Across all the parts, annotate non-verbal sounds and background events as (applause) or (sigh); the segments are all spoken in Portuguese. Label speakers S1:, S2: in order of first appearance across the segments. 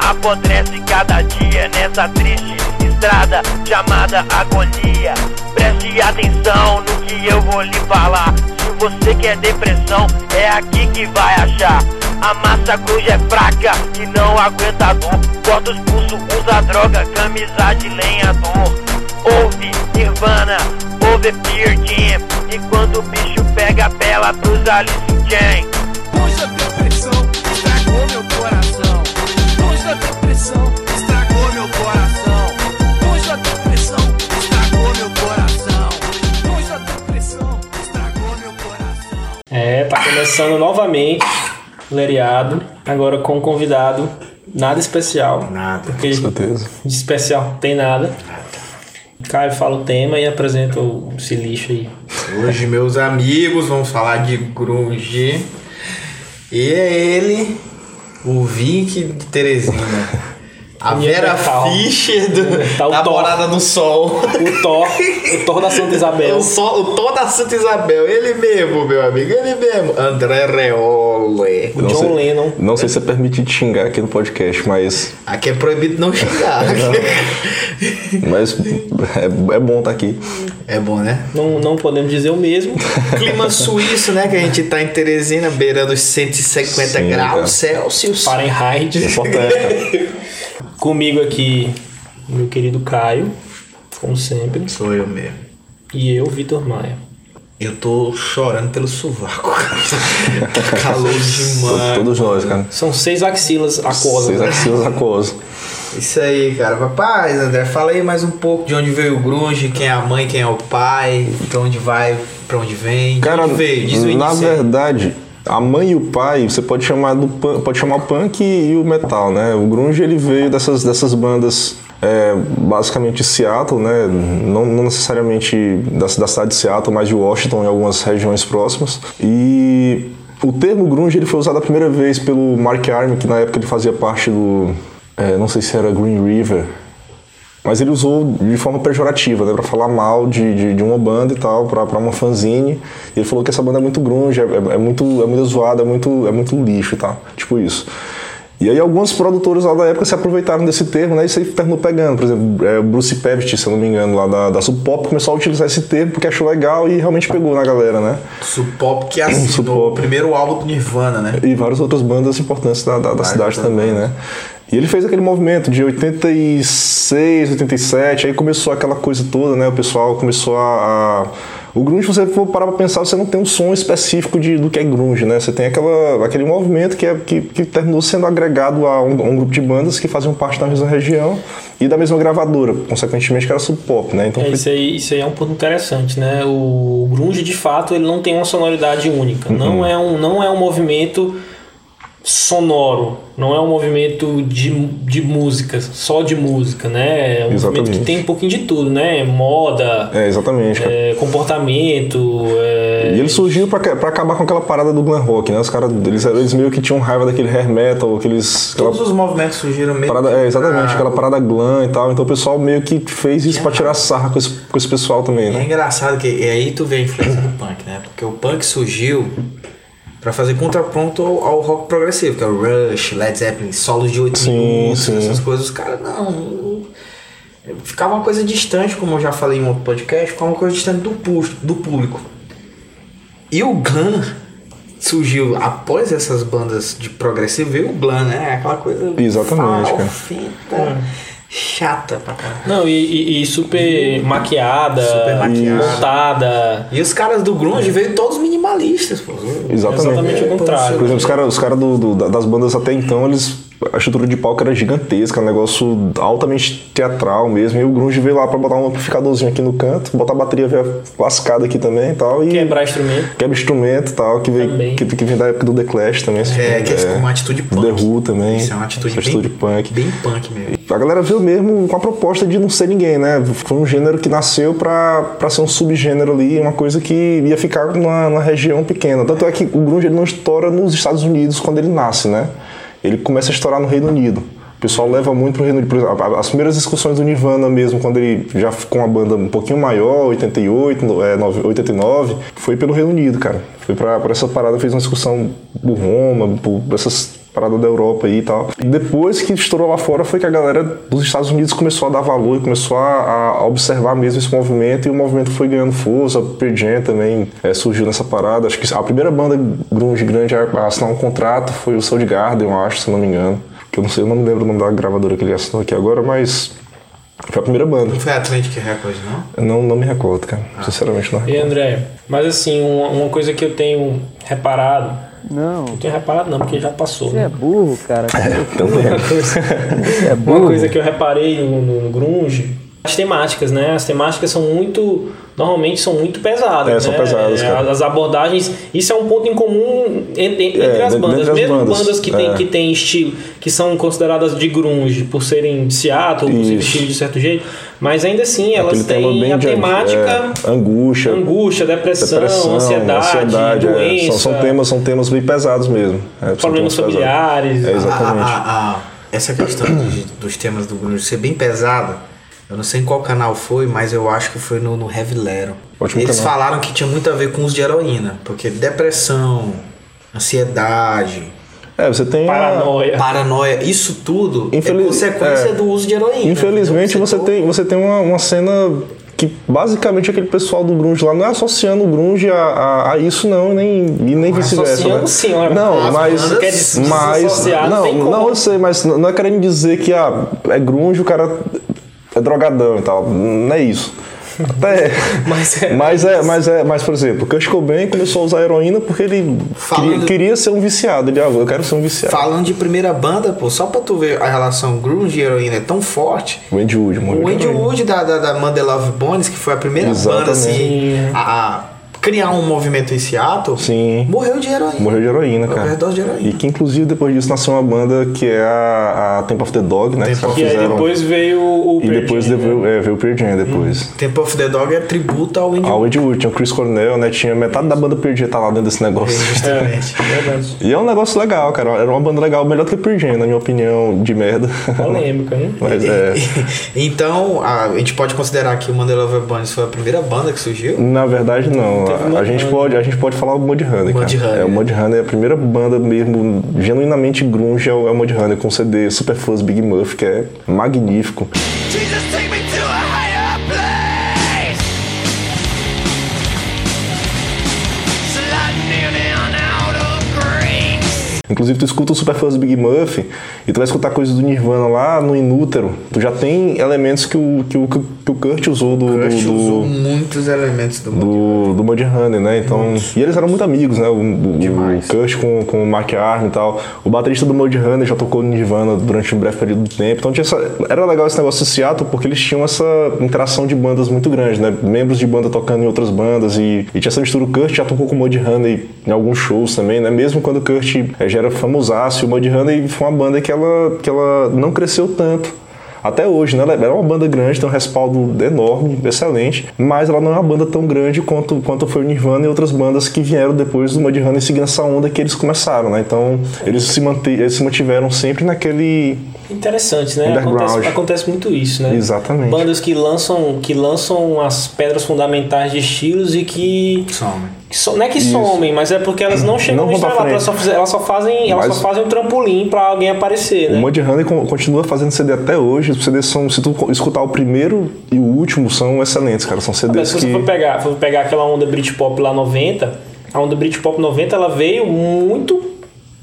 S1: apodrece cada dia nessa triste estrada chamada agonia. Preste atenção no que eu vou lhe falar. Se você quer depressão, é aqui que vai achar. A massa cruz é fraca e não aguenta dor. Corta os pulsos, usa droga, camisa de lenhador. Ouve Nirvana, ouve Pearl Jam. E quando o bicho pega, bela pros Alice Jane.
S2: Luz da depressão estragou meu coração. Luz da depressão estragou meu coração. Luz da depressão estragou meu coração. Luz da depressão estragou meu coração.
S3: É, tá começando novamente o Leriado, agora com um convidado nada especial.
S4: Nada.
S3: Porque
S4: Com certeza.
S3: de especial não tem nada. Caio fala o tema e apresenta o- esse lixo aí.
S4: Hoje, meus amigos, vamos falar de grunge. E é ele, o Vic de Teresina. A Vera
S3: Neandertal.
S4: Fischer do,
S3: Tá o
S4: da
S3: Thor.
S4: Morada do Sol.
S3: O Thor, o Thor da Santa Isabel.
S4: O, sol, o Thor da Santa Isabel, ele mesmo, meu amigo, ele mesmo. André Reole.
S3: O John
S5: sei,
S3: Lennon.
S5: Não sei se é permitido xingar aqui no podcast, mas,
S4: Aqui é proibido não xingar.
S5: mas é, é bom estar aqui.
S4: é bom, né?
S3: Não, não podemos dizer o mesmo.
S4: Clima suíço, né? Que a gente tá em Teresina, beirando os 150
S5: Sim,
S4: graus
S5: cara.
S4: Celsius. (laughs)
S3: Fahrenheit.
S5: Importante, cara.
S3: Comigo aqui, meu querido Caio, como sempre.
S4: Sou eu mesmo.
S3: E eu, Vitor Maia.
S4: Eu tô chorando pelo sovaco. (laughs) tá calor
S5: Tô-
S4: demais.
S5: Todos nós, cara.
S3: São seis axilas aquosas.
S5: Vocês
S3: né?
S5: axilas aquosas.
S4: Isso aí, cara. Rapaz, André, fala aí mais um pouco de onde veio o grunge, quem é a mãe, quem é o pai, pra onde vai, pra onde vem. De
S5: Cara,
S4: onde veio? Diz o
S5: na
S4: início aí.
S5: verdade, a mãe e o pai, você pode chamar do pun- pode chamar o punk e o metal, né? O grunge ele veio dessas dessas bandas é, basicamente de Seattle, né? Não, não necessariamente da, da cidade de Seattle, mas de Washington e algumas regiões próximas. E o termo grunge ele foi usado a primeira vez pelo Mark Arm, que na época ele fazia parte do é, não sei se era Green River mas ele usou de forma pejorativa, né? Pra falar mal de, de, de uma banda e tal, pra, pra uma fanzine. E ele falou que essa banda é muito grunge, é, é- é muito, é muito zoada, é muito, é muito lixo e tal. Tipo isso. E aí algumas produtoras lá da época se aproveitaram desse termo, né? E isso aí terminou pegando. Por exemplo, é, Bruce Pevsty, se eu não me engano, lá da, da Sub Pop, começou a utilizar esse termo porque achou legal e realmente pegou na galera, né?
S4: Supop que assinou
S5: Supop.
S4: o primeiro álbum do Nirvana, né?
S5: E várias outras bandas importantes da, da- da cidade
S4: outras
S5: também, né? E ele fez aquele movimento de 86, 87, aí começou aquela coisa toda, né? O pessoal começou a. a- O grunge, você for parar pra pensar, você não tem um som específico de, do que é grunge, né? Você tem aquela, aquele movimento que, é, que, que terminou sendo agregado a um, a um grupo de bandas que faziam parte da mesma região e da mesma gravadora, consequentemente que era sub pop, né? Então
S3: É,
S5: foi
S3: isso, aí, isso aí é um ponto interessante, né? O grunge, de fato, ele não tem uma sonoridade única.
S5: Uhum.
S3: Não, é um, não é um movimento sonoro, não é um movimento de, de música, só de música, né? É um movimento que
S5: Exatamente.
S3: tem um pouquinho de tudo, né? Moda,
S5: É, exatamente, cara.
S3: é, comportamento, é,
S5: E ele surgiu pra, pra acabar com aquela parada do glam rock, né? Os caras, eles, eles meio que tinham raiva daquele hair metal, aqueles... Aquela
S4: Todos os movimentos surgiram mesmo.
S5: é parada, é, exatamente,
S4: Ah,
S5: aquela parada glam e tal. Então o pessoal meio que fez isso pra tirar sarra com esse, com esse pessoal também,
S4: E é
S5: né?
S4: engraçado que e aí tu vê a influência do punk, né? Porque o punk surgiu pra fazer contraponto ao, ao rock progressivo, que é o Rush, Led Zeppelin, solos de 8
S5: Sim,
S4: minutos,
S5: sim.
S4: essas coisas. Os caras, não, não- Ficava uma coisa distante, como eu já falei em outro podcast, ficava uma coisa distante do, pus- do público. E o glam surgiu após essas bandas de progressivo, veio o glam, né? Aquela coisa
S5: Exatamente, cara.
S4: farofenta, chata pra caralho.
S3: Não, e, e- e super maquiada,
S4: Super maquiada.
S3: montada.
S4: E os caras do
S5: É.
S4: Grunge veio todos minimalistas, pô.
S5: Exatamente.
S3: Exatamente o contrário.
S5: Por exemplo, os caras os cara do- do- da- das bandas até então, eles... A estrutura de palco era gigantesca, um negócio altamente teatral mesmo. E o Grunge veio lá pra botar um amplificadorzinho aqui no canto, botar a bateria veio lascada aqui também e tal. E
S3: Quebrar instrumento.
S5: Quebra é um instrumento e tal, que
S3: Também.
S5: vem, que, que vem da época do The Clash também. se
S4: É,
S5: não
S4: que
S5: me
S4: é
S5: engano.
S4: uma atitude punk.
S5: The Who também.
S4: Isso é uma atitude,
S5: Essa atitude
S4: bem,
S5: punk.
S4: Bem punk mesmo.
S5: A galera veio mesmo com a proposta de não ser ninguém, né? Foi um gênero que nasceu pra, pra ser um subgênero ali, uma coisa que ia ficar numa, numa região pequena. Tanto é que o grunge ele não estoura nos Estados Unidos quando ele nasce, né? Ele começa a estourar no Reino Unido. O pessoal leva muito pro Reino Unido. Por exemplo, a- a- as primeiras discussões do Nirvana mesmo, quando ele já ficou uma banda um pouquinho maior, 88, no- é, nove- 89, foi pelo Reino Unido, cara. Foi pra, pra essa parada, fez uma discussão por Roma, por essas parada da Europa aí e tal. E depois que estourou lá fora foi que a galera dos Estados Unidos começou a dar valor e começou a, a observar mesmo esse movimento e o movimento foi ganhando força. Pearl Jam também é, surgiu nessa parada. Acho que a primeira banda grunge grande a assinar um contrato foi o Soundgarden, eu acho, se não me engano. Que eu não sei, eu não me lembro o nome da gravadora que ele assinou aqui agora, mas foi a primeira banda.
S4: Não foi a Atlantic Records, não?
S5: Eu Não, não me recordo, cara. Sinceramente, não
S3: E
S5: recordo.
S3: André, mas assim, uma, uma coisa que eu tenho reparado,
S6: Não,
S3: não tenho reparado não, porque já passou,
S6: você é
S3: né?
S6: burro, cara.
S5: Então, é.
S6: Você é burro.
S3: Uma coisa que eu reparei no, no grunge, as temáticas, né? As temáticas são muito, normalmente são muito pesadas,
S5: É, são
S3: né?
S5: pesadas, cara.
S3: As- As abordagens, isso é um ponto em comum entre, entre
S5: É,
S3: as
S5: dentre
S3: bandas,
S5: as
S3: mesmo
S5: bandas,
S3: bandas, que têm
S5: é.
S3: que têm estilo, que são consideradas de grunge por serem de Seattle, por serem
S5: Isso.
S3: estilo de certo jeito, mas ainda assim elas
S5: Aquele tema
S3: têm
S5: bem
S3: a
S5: de-
S3: temática
S5: é, angústia,
S3: angústia, depressão,
S5: depressão,
S3: ansiedade,
S5: ansiedade, é.
S3: doença,
S5: São, são temas, são temas bem pesados mesmo. É, são
S3: problemas
S5: temas pesados.
S3: familiares.
S5: É, exatamente.
S4: A- a- a- essa questão de- dos temas do grunge ser bem pesada, eu não sei em qual canal foi, mas eu acho que foi no, no Heavy Lero.
S5: Ótimo
S4: Eles
S5: canal.
S4: falaram que tinha muito a ver com uso de heroína, porque depressão, ansiedade,
S5: É, você tem. a-
S3: paranoia.
S5: Ah,
S4: paranoia, isso tudo
S5: Infeliz-
S4: é consequência
S5: é.
S4: do uso de heroína.
S5: Infelizmente,
S4: entendeu?
S5: você tem, você tem uma, uma cena que basicamente aquele pessoal do grunge lá não é associando o grunge a, a- a isso não e nem e nem vice-versa né?
S3: é associando sim, olha,
S5: não
S3: as
S5: mas
S3: bandas é quer des-
S5: mas
S3: desassociar, não
S5: não
S3: tem como.
S5: não eu sei mas n- não é querendo dizer que ah, é grunge o cara é drogadão e tal não é isso até
S3: (laughs) Mas é-
S5: (laughs) mas é mas é mas por exemplo Kurt Cobain começou a usar heroína porque ele
S4: Falando-
S5: queria, queria ser um viciado ele ah, eu quero ser um viciado
S4: Falando de primeira banda, pô, só pra tu ver a relação grunge e heroína é tão forte
S5: o Andy Wood morreu
S4: O
S5: de
S4: Andy
S5: heroína.
S4: Wood da, da, da Monday Love Bones, que foi a primeira
S5: Exatamente.
S4: banda assim, a, a criar um movimento em Seattle,
S5: Sim.
S4: morreu de heroína.
S5: Morreu de heroína, cara.
S4: Overdose de heroína.
S5: E que inclusive depois disso nasceu uma banda que é a, a Temple of the Dog, né?
S4: Temple
S5: que os caras
S4: of-
S3: E aí
S5: fizeram.
S3: depois veio o
S5: E depois
S3: Pearl Jam, né?
S5: veio, é, veio o Pearl Jam depois.
S4: Temple of the Dog é tributo ao Andy
S5: A (laughs)
S4: Wood.
S5: Wade Wood, tinha o Chris Cornell, né? Tinha metade da banda Pearl Jam tá lá dentro desse negócio.
S4: Justamente.
S3: É, verdade.
S5: E é um negócio legal, cara. Era uma banda legal, melhor do que Pearl Jam, na minha opinião, de merda. (laughs)
S3: Polêmica, né?
S5: Mas (laughs) é.
S4: então, a, a gente pode considerar que o Monday Love Bones foi a primeira banda que surgiu.
S5: Na verdade, não. A, a gente pode, a gente pode falar o Mud Honey, cara.
S4: Mudhoney.
S5: É, o Mud Honey é a primeira banda mesmo, genuinamente grunge, é o é o Mud Honey, com CD Super Fuzz Big Muff, que é magnífico.
S2: Jesus, take me to a higher place. Sliding in and out of grace.
S5: Inclusive, tu escuta o Superfuzz Big Muff e tu vai escutar coisas do Nirvana lá no Inútero. Tu já tem elementos que o, que o, que o Kurt usou do.
S4: Rush
S5: do,
S4: usou
S5: do...
S4: muitos elementos do mundo.
S5: Do, do Mudhoney, né? Então. E eles eram muito amigos, né? O, o, o Kurt com, com o Mark Arm e tal. O baterista do Mudhoney já tocou no Nirvana durante um breve período de tempo. Então tinha essa, era legal esse negócio de Seattle porque eles tinham essa interação de bandas muito grande, né? Membros de banda tocando em outras bandas e, e tinha essa mistura. O Kurt já tocou com o Mudhoney em alguns shows também, né? Mesmo quando o Kurt eh, já era famosaço, o Mudhoney foi uma banda que ela, que ela não cresceu tanto. Até hoje, né? Ela é uma banda grande, tem um respaldo enorme, excelente, mas ela não é uma banda tão grande quanto, quanto foi o Nirvana e outras bandas que vieram depois do Mudhoney seguindo essa onda que eles começaram, né? Então, eles se, mante- eles se mantiveram sempre naquele...
S3: Interessante, né?
S5: Underground.
S3: Acontece, acontece muito isso, né?
S5: Exatamente.
S3: Bandas que lançam, que lançam as pedras fundamentais de estilos e que.
S4: Some.
S3: que so- não é que somem, mas é porque elas não chegam
S5: Não
S3: no
S5: vão pra
S3: estrelato, elas só,
S5: frente.
S3: fize- elas só fazem, elas
S5: Mas-
S3: só fazem um trampolim pra alguém aparecer,
S5: O
S3: né?
S5: Mudhoney con- continua fazendo CD até hoje, os CDs são... Se tu co- escutar o primeiro e o último, são excelentes, cara. São
S3: Mas
S5: CDs
S3: se
S5: que...
S3: você for pegar, for pegar aquela onda Britpop lá 90, a onda Britpop 90 ela veio muito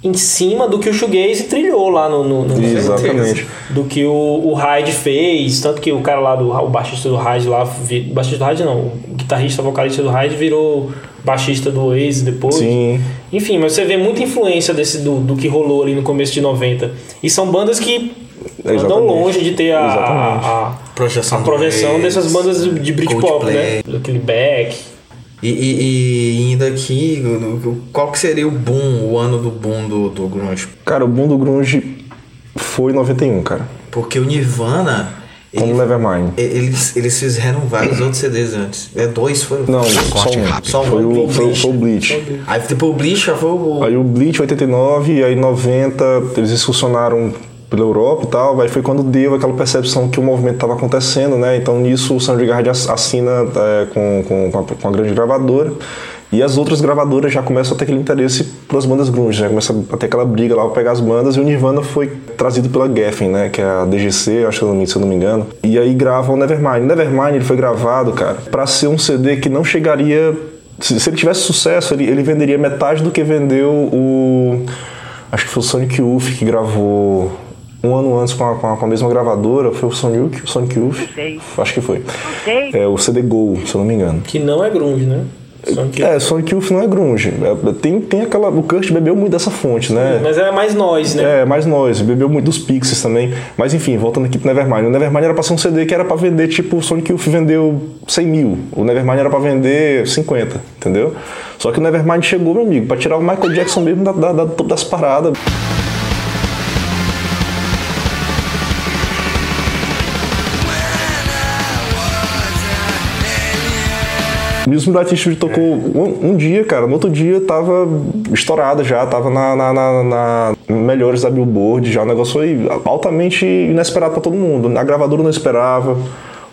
S3: em cima do que o Shoegaze trilhou lá no, no, no
S5: Exatamente.
S3: do que o, o Hyde fez, tanto que o cara lá do o baixista do Hyde lá, vi- baixista do Hyde não, o guitarrista vocalista do Hyde virou baixista do Oasis depois.
S5: Sim.
S3: Enfim, mas você vê muita influência desse do, do que rolou ali no começo de 90. E são bandas que andam
S5: Exatamente.
S3: longe de ter a-
S5: Exatamente.
S3: a- a
S4: Projeção,
S3: a
S4: do
S3: projeção
S4: Waze,
S3: dessas bandas de- de Britpop, né?
S4: Coldplay.
S3: Daquele back.
S4: E, e, e indo aqui, o- o- qual que seria o boom, o ano do boom do, do grunge?
S5: Cara, o boom do grunge foi em 91, cara.
S4: Porque o Nirvana...
S5: Com
S4: ele-
S5: Nevermind.
S4: E- Eles, eles fizeram vários outros CDs antes. É dois foram.
S5: Não, só
S4: Corte
S5: um.
S4: rápido. Só um.
S5: Foi o, foi, o-
S4: Bleach.
S5: foi o Bleach.
S4: Aí depois o Bleach já foi o.
S5: Aí o Bleach 89, aí 90, eles excursionaram pela Europa e tal, aí foi quando deu aquela percepção que o movimento estava acontecendo, né? Então nisso o Soundgarden ass- assina é, com, com, com, a, com a grande gravadora E as outras gravadoras já começam a ter aquele interesse pelas bandas grunge, né? Começa a ter aquela briga lá pra pegar as bandas e o Nirvana foi trazido pela Geffen, né? Que é a DGC, acho que eu não me- se eu não me engano. E aí gravam Nevermind. Nevermind ele foi gravado, cara, pra ser um CD que não chegaria... Se, se ele tivesse sucesso, ele, ele venderia metade do que vendeu o... Acho que foi o Sonic Youth que gravou um ano antes com a, com a- com a mesma gravadora. Foi o Sonic, Sonic Youth?
S1: sei.
S5: Acho que foi.
S1: sei.
S5: É o CD Go, se eu não me engano.
S3: Que não é grunge, né? Só que-
S5: É, Sonic Youth não é grunge. É, tem, tem aquela. O Kurt bebeu muito dessa fonte, né?
S3: Mas era mais nós, né?
S5: É, mais noise, bebeu muito dos Pixies também. Mas enfim, voltando aqui pro Nevermind. O Nevermind era pra ser um CD que era pra vender, tipo, o Sonic Youth vendeu 100 mil. O Nevermind era pra vender 50, entendeu? Só que o Nevermind chegou, meu amigo, pra tirar o Michael Jackson mesmo da, da, da, das paradas. Mills Mirati Studio tocou um, um dia, cara. No outro dia tava estourada já, tava na, na- na- na- melhores da Billboard já. O negócio foi altamente inesperado pra todo mundo. A gravadora não esperava.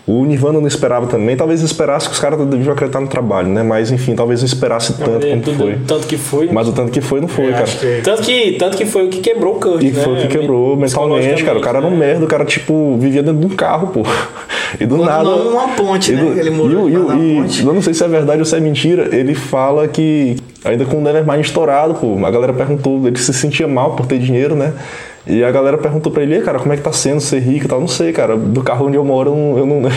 S5: O Nirvana não esperava também. Talvez esperasse que os caras deviam acreditar no trabalho, né? Mas enfim, talvez não esperasse tanto
S3: É,
S5: quanto
S3: tudo- É,
S5: foi.
S3: Tanto que foi.
S5: Mas o tanto que foi, não foi, cara.
S3: Tanto que, tanto que foi o que quebrou o Kurt,
S5: E
S3: né?
S5: foi o que quebrou mentalmente, cara. O cara era um merda, o cara, tipo, vivia dentro de um carro, pô. E do nada.
S4: não, numa ponte,
S5: e
S4: né? Ele morou
S5: e o- e o-
S4: na
S5: e
S4: ponte.
S5: Eu não sei se é verdade ou se é mentira. Ele fala que, ainda com o Nevermind estourado, pô, a galera perguntou, ele se sentia mal por ter dinheiro, né? E a galera perguntou pra ele, "Ei, cara, como é que tá sendo ser rico e tal? Não sei, cara. Do carro onde eu moro, eu não, (laughs) eu não,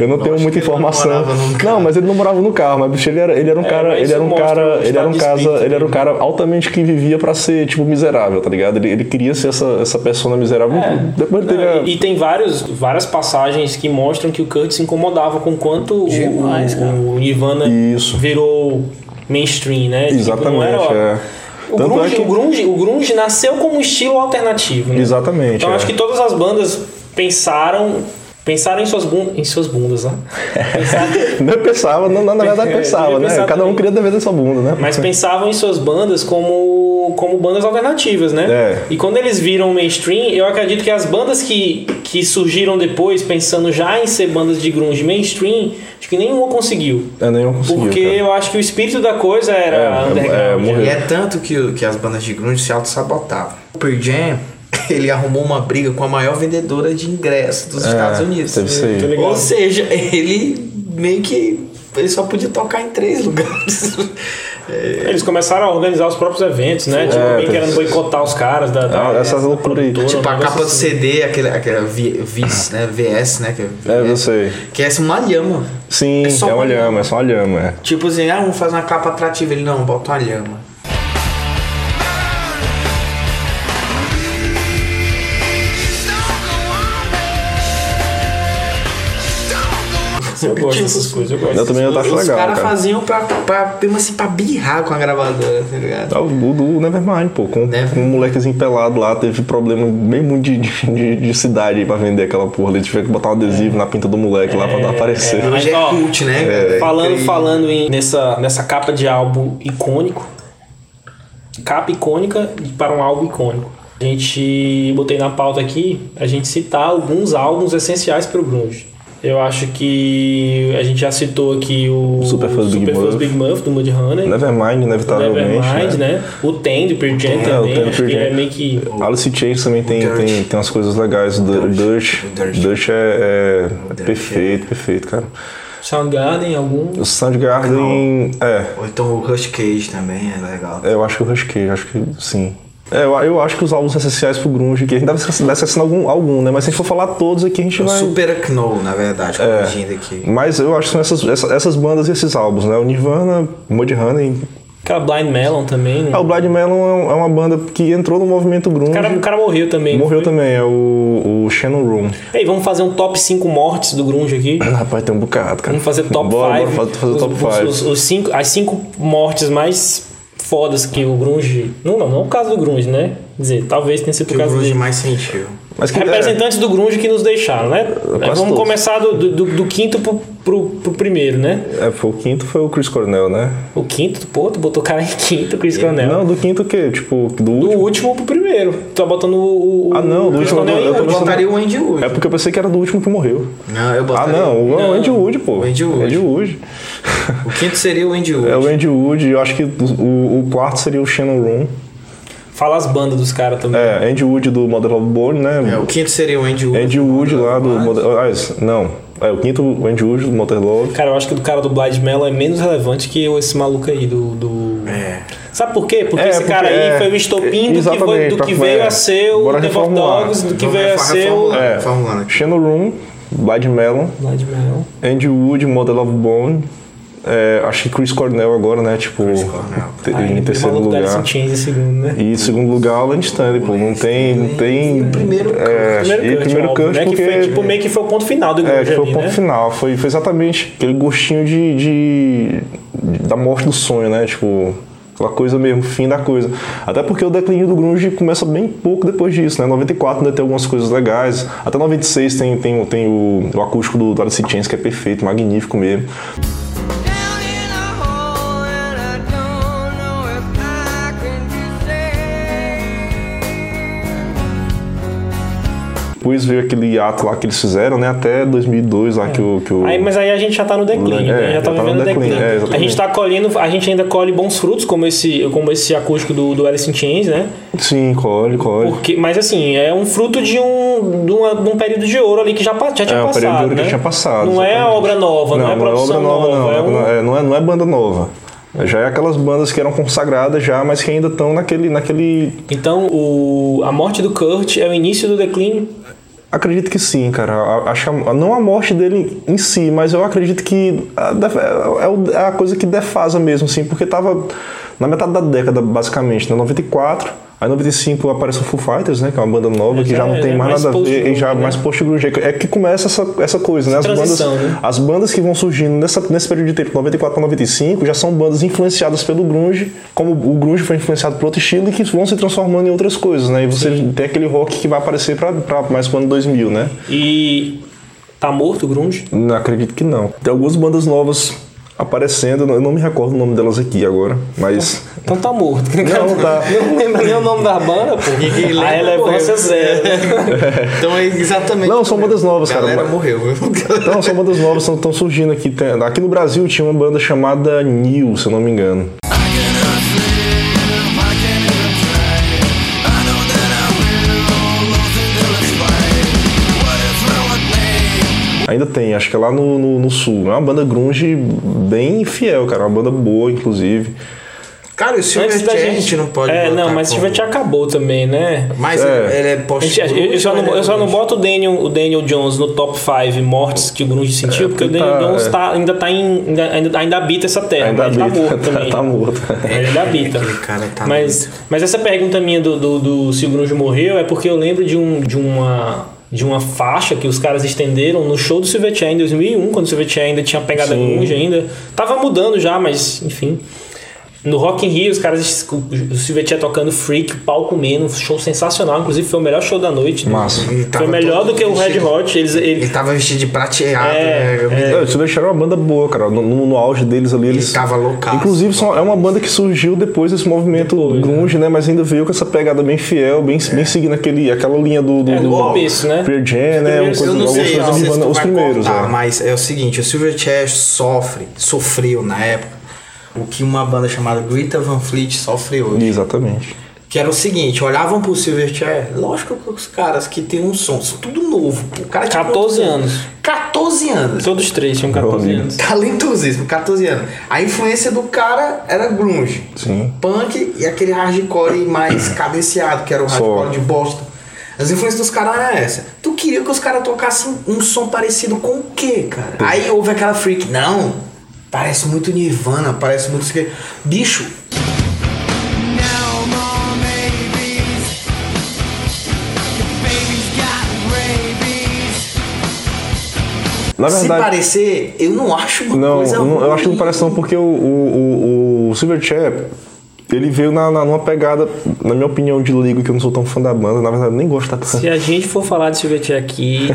S5: eu não tenho muita
S4: que ele não
S5: informação.
S4: morava num
S5: Não, mas ele não morava no carro, mas bicho, ele era, ele era um
S3: É,
S5: cara.
S3: mas
S5: Ele
S3: isso
S5: era um
S3: mostra
S5: cara.
S3: o
S5: Ele era
S3: estado
S5: um
S3: de
S5: casa.
S3: espírito
S5: Ele era um
S3: dele,
S5: cara altamente que vivia pra ser, tipo, miserável, tá ligado? Ele, ele queria ser essa, essa persona miserável. Depois teve a...
S3: É. Não, né? e, tipo, e tem vários, várias passagens que mostram que o Kurt se incomodava com quanto o-
S4: Demais,
S3: o,
S4: cara.
S3: o Nirvana
S5: Isso.
S3: virou mainstream, né? Tipo, não
S5: Exatamente,
S3: era, ó,
S5: é.
S3: O
S5: Tanto
S3: grunge,
S5: é que-
S3: o, grunge, o grunge nasceu como um estilo alternativo, né?
S5: Exatamente,
S3: Então
S5: é.
S3: acho que todas as bandas pensaram pensaram em suas, bun- em suas bundas,
S5: (laughs)
S3: né? Pensaram-
S5: (laughs) Não é pensava, não, não, na verdade
S3: (laughs) É,
S5: pensava,
S3: devia
S5: né?
S3: pensar
S5: Cada um
S3: também.
S5: queria dever da sua bunda, né?
S3: Mas pensavam em suas bandas como, como bandas alternativas, né?
S5: É.
S3: E quando eles viram o mainstream, eu acredito que as bandas que, que surgiram depois, pensando já em ser bandas de grunge mainstream, acho que nenhuma conseguiu.
S5: É, nenhum conseguiu.
S3: Porque
S5: cara.
S3: eu acho que o espírito da coisa era
S5: É, é, é,
S3: underground.
S5: morreu.
S4: E é tanto que, o- que as bandas de grunge se auto-sabotavam. O Pearl Jam, ele arrumou uma briga com a maior vendedora de ingressos dos Estados Unidos.
S5: É, deve ser. Tá
S3: ligado?
S4: Ou seja, ele meio que... Ele só podia tocar em três lugares. É,
S3: Eles começaram a organizar os próprios eventos, né? Tipo,
S5: É,
S3: alguém
S5: tá-
S3: querendo boicotar os caras da, da,
S5: Ah, essa loucura aí.
S3: produtora,
S4: tipo,
S3: um
S4: a
S3: negócio
S4: capa do
S3: assim.
S4: CD, aquele, aquela vi- VIS, né? VS, né? Que
S5: É, eu sei.
S4: Que é uma lhama.
S5: Sim,
S4: É só
S5: é, uma
S4: uma
S5: lhama, é só uma lhama. É.
S4: Tipo assim, ah, vamos fazer uma capa atrativa. Ele, não, bota uma lhama.
S3: Eu gosto
S4: tipo
S3: dessas coisas, eu gosto.
S5: Eu também eu acho
S4: Os
S5: legal,
S4: caras
S5: cara.
S4: faziam pra, pra, mesmo assim, pra birrar com a gravadora, tá ligado?
S5: Ah, O do, do Nevermind, pô, com,
S4: Never-
S5: com um molequezinho pelado lá, teve problema bem muito de, de, de cidade aí pra vender aquela porra. Ele tiveram que botar um adesivo na pinta do moleque lá pra dar- aparecer.
S3: Mas,
S4: Hoje é
S3: ó,
S4: cult, né? cara?
S3: Falando,
S4: Incrível.
S3: falando em, nessa, nessa capa de álbum icônico, capa icônica para um álbum icônico. A gente botei na pauta aqui a gente citar alguns álbuns essenciais para o grunge. Eu acho que a gente já citou aqui o
S5: Superfuzz Big
S3: Superfuzz
S5: Muff.
S3: Big Muff do Mudhoney,
S5: Nevermind, inevitavelmente.
S3: é- Nevermind,
S5: né?
S3: né? O Ten do Pearl Jam
S5: É, o
S3: também,
S5: Ten do
S3: acho
S5: Pearl
S3: que
S5: Jam.
S3: é meio que
S5: Alice in Chains também tem,
S4: Dirt.
S5: tem, tem umas coisas legais. O Dirt, Dirt,
S4: Dirt.
S5: Dirt é, é- é
S4: Dirt.
S5: perfeito, perfeito, cara.
S3: Soundgarden, algum
S5: O Soundgarden, é,
S4: Ou então o Rush Cage também é legal.
S5: É, Eu acho que eu rasquei, eu acho que sim. É, eu, eu acho que os álbuns essenciais pro Grunge, que a gente deve selecionar algum, algum, né? Mas se a gente for falar todos aqui, a gente
S4: O
S5: vai.
S4: Super Akno, na verdade,
S5: É.
S4: corrigindo aqui.
S5: Mas eu acho que são essas, essa- essas bandas e esses álbuns, né? O Nirvana, Mudhoney.
S3: aquela Blind Melon também. né?
S5: Ah, o Blind Melon é um- é uma banda que entrou no movimento Grunge.
S3: O cara, o cara morreu também. não
S5: Morreu
S3: foi?
S5: também, é o, o Shannon Room.
S3: Ei, vamos fazer um top 5 mortes do grunge aqui.
S5: Rapaz, tem um bocado, cara.
S3: Vamos fazer top 5.
S5: Bora, bora fazer, fazer top 5.
S3: Os, os cinco, as cinco mortes mais fodas que o Grunge. Não, não, não é o caso do Grunge, né? Quer dizer, talvez tenha sido
S4: Que
S3: o
S4: o
S3: caso
S4: Grunge
S3: dele.
S4: mais sentiu.
S5: Mas que é.
S3: Representantes do grunge que nos deixaram, né? Vamos
S5: todos.
S3: começar do, do, do- do quinto pro, pro, pro primeiro, né?
S5: É, foi o quinto foi o Chris Cornell, né?
S3: O quinto, pô, tu botou o cara em quinto, Chris Cornell.
S5: Não, do quinto o quê? Tipo, do
S3: Do
S5: último.
S3: último pro primeiro. Tu tá botando o. o-
S5: Ah, não, do
S3: o Chris
S5: último
S3: Cornell
S5: eu-
S3: em
S5: eu tô
S4: Eu
S3: último.
S5: pensando-
S4: botaria o Andy Wood.
S5: É porque eu pensei que era do último que morreu.
S4: Não, eu
S5: Ah,
S4: botaria.
S5: não, o o Andy Wood, pô.
S4: O Andy Wood.
S5: Andy Wood.
S4: O quinto seria o Andy Wood.
S5: É o Andy Wood, eu acho que o, o quarto seria o Shannon Room.
S3: Fala as bandas dos caras também.
S5: É, Andy Wood do Model of Bone, né?
S4: É, o quinto seria o Andy Wood.
S5: Andy Wood lá do Model. Ah, isso, não. É o quinto, o Andy Wood do Model Love.
S3: Cara, eu acho que o cara do Blind Melon é menos relevante que esse maluco aí do. do-
S4: É.
S3: Sabe por quê? Porque
S5: É,
S3: esse
S5: porque
S3: cara aí
S5: é-
S3: foi o estopim do que,
S5: exatamente,
S3: foi- do
S5: pra-
S3: que veio
S5: é.
S3: a ser o
S5: Bora
S3: Devil
S5: reformular.
S3: Dogs, do que
S4: Vamos
S3: veio a
S4: refor-
S3: ser o.
S4: reformular.
S5: É.
S4: Formulando aqui.
S5: Shannon Room, Blind Melon,
S3: Blind Melon.
S5: Andy Wood, Model of Bone. É, acho que Chris Cornell agora, né? Tipo,
S4: Cornell.
S5: te-
S3: Aí,
S5: em
S3: o
S5: terceiro
S3: maluco da Alice in
S5: lugar.
S3: Chains em segundo, né?
S5: E em segundo lugar, o Land Stanley, pô. Não tem. Não tem
S4: E primeiro
S5: é, e
S3: Kurt,
S5: primeiro
S3: óbvio,
S5: Kurt,
S3: né? Que
S5: porque.
S3: foi, tipo, meio que foi o ponto final do
S5: É,
S3: Grunge
S5: que foi o
S3: ali,
S5: ponto
S3: né?
S5: final. Foi, foi exatamente aquele gostinho de, de- de- da morte do sonho, né? Tipo, aquela coisa mesmo, fim da coisa. Até porque o declínio do grunge começa bem pouco depois disso, né? 94 ainda tem algumas coisas legais. Até 96 tem, tem, tem o, o acústico do do Alice in Chains, que é perfeito, magnífico mesmo.
S7: Down in a hole and I don't know if I can be saved.
S5: Depois veio aquele ato lá que eles fizeram, né? Até 2002 lá que o... Que o
S3: Aí, mas aí a gente já tá no declínio,
S5: É,
S3: né? já tá
S5: já tá no
S3: vivendo o declínio.
S5: declínio, é,
S3: a
S5: exatamente.
S3: gente tá colhendo, a gente ainda colhe bons frutos, como esse, como esse acústico do, do Alice in Chains, né?
S5: Sim, colhe, colhe.
S3: Porque, mas assim, é um fruto de um, de, uma- de um período de ouro ali que já, pa- já tinha
S5: É, um
S3: passado.
S5: período de ouro que
S3: né?
S5: tinha passado,
S3: Não é
S5: exatamente.
S3: obra nova, não, é produção
S5: não.
S3: é um-
S5: Não, é, não, é, não é banda nova. Já é aquelas bandas que eram consagradas já, mas que ainda estão naquele, naquele.
S3: Então, o, a morte do Kurt é o início do declínio.
S5: Acredito que sim, cara. A- Acho que a- não a morte dele em si, mas eu acredito que a def- é o- é a coisa que defasa mesmo, assim, porque tava na metade da década, basicamente, né? 94. Aí 95 aparece o Foo Fighters, né? Que é uma banda nova que
S3: já
S5: já não
S3: é-
S5: tem
S3: é
S5: mais,
S3: mais
S5: nada a ver. E
S3: post-grunge,
S5: já
S3: né?
S5: mais post-grunge. É que começa essa, essa coisa, né? As bandas,
S3: Transição, né?
S5: as bandas que vão surgindo nessa- nesse período de tempo, 94 para 95, já são bandas influenciadas pelo grunge, como o grunge foi influenciado por outro estilo e que vão se transformando em outras coisas, né? E você tem aquele rock que vai aparecer pra, pra mais pro ano 2000, né?
S3: E tá morto o Grunge?
S5: Não acredito que não. Tem algumas bandas novas aparecendo, eu não- eu não me recordo o nome delas aqui agora, mas...
S3: Então tá morto.
S5: Não, tá.
S3: (laughs) Não lembro nem o nome da banda, pô.
S4: Ninguém lembra,
S3: a relevância é
S4: pô.
S3: zero.
S4: Então é exatamente.
S5: Não, são bandas novas, cara.
S4: galera
S5: mas- Então,
S4: morreu, viu?
S5: Não, são bandas novas que estão surgindo aqui. Tem- Aqui no Brasil tinha uma banda chamada New, se eu não me engano. Ainda tem, acho que é lá no, no, no sul. É uma banda grunge bem fiel, cara. É Uma banda boa, inclusive.
S4: Cara, o Silverchair não pode
S3: É, não, mas
S4: botar
S3: o
S4: como-
S3: Silverchair acabou também, né?
S4: Mas
S5: É.
S4: ele- ele é
S3: A gente-
S4: post-grunge
S3: Eu eu só,
S4: ou
S3: não,
S4: ele é
S3: eu só não
S4: grunge?
S3: boto o Daniel, o Daniel Jones no top 5 mortes que o Grunge sentiu, porque o
S5: porque
S3: Daniel
S5: tá,
S3: Jones
S5: é.
S3: tá, ainda, tá em, ainda, ainda- ainda habita essa terra,
S5: Ainda
S3: mas tá morto
S5: (laughs) tá,
S3: também. É.
S5: tá morto.
S3: Mas Ainda habita.
S4: É, aquele cara tá
S3: mas, mas essa pergunta minha do, do, do se o Grunge morreu é porque eu lembro de, um, de uma de uma faixa que os caras estenderam no show do Silverchair em 2001, quando o Silverchair ainda tinha pegada Grunge ainda. Tava mudando já, mas enfim. No Rock in Rio, os caras, o Silverchair tocando Freak, o pau comendo, um show sensacional. Inclusive, foi o melhor show da noite. né?
S5: Massa.
S4: Ele
S3: Foi
S4: tava
S3: melhor
S4: todo
S3: do que o Red
S4: vestido-
S3: Hot. Eles,
S4: Ele
S3: ele,
S4: tava vestido de prateado,
S3: É,
S4: né?
S5: É, eles deixaram uma banda boa, cara. No, no- no auge deles ali, eles.
S4: tava loucaço.
S5: Inclusive, são- é uma banda que surgiu depois desse movimento grunge, né? Mas ainda veio com essa pegada bem fiel, bem,
S4: É.
S5: bem seguindo aquele, aquela linha do. do,
S3: é, no
S5: do-
S3: começo, né?
S5: Pearl Jam, né? Uma
S3: primeiros-
S5: coisa,
S4: Eu não
S5: algumas
S4: sei, eu
S5: coisas
S4: não sei se
S5: urbanas-
S4: tu
S5: os
S4: vai
S5: primeiros,
S4: contar,
S5: né?
S4: mas é o seguinte, o Silverchair sofre, sofreu na época, o que uma banda chamada Greta Van Fleet sofre hoje.
S5: Exatamente.
S4: Que era o seguinte, olhavam pro Silverchair, lógico que os caras que tem um som, isso tudo novo, pô. O cara tinha
S3: 14
S4: quantos
S3: anos.
S4: 14 anos.
S3: Todos três tinham 14
S5: Meu amigo.
S4: (laughs)
S3: anos.
S4: Talentosíssimo, 14 anos. A influência do cara era grunge.
S5: Sim.
S4: Punk e aquele hardcore
S5: (clears throat)
S4: mais cadenciado, que era o hardcore de Boston. As influências dos caras eram essa. Tu queria que os caras tocassem um som parecido com o quê, cara? Aí houve aquela freak, não, parece muito Nirvana, parece muito... isso aqui." Bicho,
S7: No more maybes. Your baby's got rabies.
S5: Na
S4: se
S5: verdade.
S4: parecer, eu não acho uma
S5: Não,
S4: coisa
S5: não, eu acho que não
S4: ruim.
S5: parece não, porque o, o, o, o Silverchair, ele veio na, na- numa pegada, na minha opinião, de Ligo, que eu não sou tão fã da banda, na verdade eu nem gosto da banda.
S3: Se a gente for falar de Silvetti
S4: (laughs)
S3: aqui,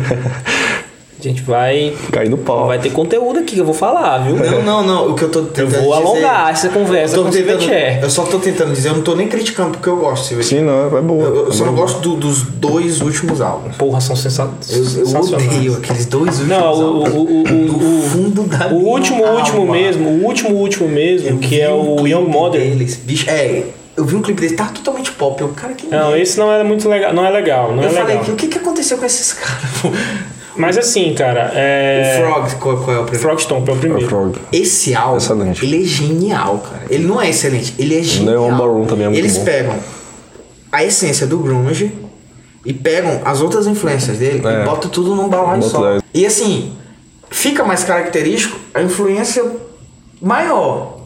S3: a gente vai.
S5: Cair no pau.
S3: Vai ter conteúdo aqui que eu vou falar, (laughs) viu?
S4: Não, não, não. O que eu tô
S3: Eu
S4: tentando
S3: vou
S4: dizer-
S3: alongar essa
S4: Eu,
S3: conversa
S4: tô
S3: com o é.
S4: tentando-
S3: Silvetier.
S4: eu só tô tentando dizer, eu não tô nem criticando porque eu gosto, Silvetier.
S5: Sim, não, é boa.
S4: Eu, eu só
S5: É
S4: não
S5: boa.
S4: gosto do- dos dois últimos álbuns.
S3: Porra, são sensa-
S4: Eu, eu
S3: sensacionais.
S4: odeio né? aqueles dois últimos
S3: Não, o,
S4: álbuns.
S3: o, o,
S4: Do
S3: o, o-
S4: fundo da
S3: o
S4: minha
S3: último, o último
S4: alma.
S3: mesmo, o último, o último mesmo,
S4: Ah, Eu
S3: que
S4: vi
S3: é
S4: um
S3: o
S4: clipe
S3: Young Modern.
S4: Deles. Bicho, é, eu vi um clipe dele, tava totalmente pop. Eu, cara, que
S3: Não,
S4: merda.
S3: esse não é muito legal, não é legal, não
S4: Eu
S3: é
S4: falei,
S3: legal.
S4: que, o que, que aconteceu com esses (laughs) caras? pô?
S3: Mas assim, cara,
S4: O
S3: é
S4: Frog, qual, qual é o primeiro?
S3: Frogstomp é o
S5: É o
S3: primeiro.
S5: Frog.
S4: Esse álbum,
S5: Excelente.
S4: ele é genial, cara. Ele não é excelente, ele é genial.
S5: Neon Ballroom também é muito
S4: Eles
S5: bom.
S4: pegam a essência do grunge e pegam as outras influências dele
S5: É.
S4: e botam tudo num balão
S5: Bota
S4: só.
S5: lá.
S4: E assim, fica mais característico a influência maior.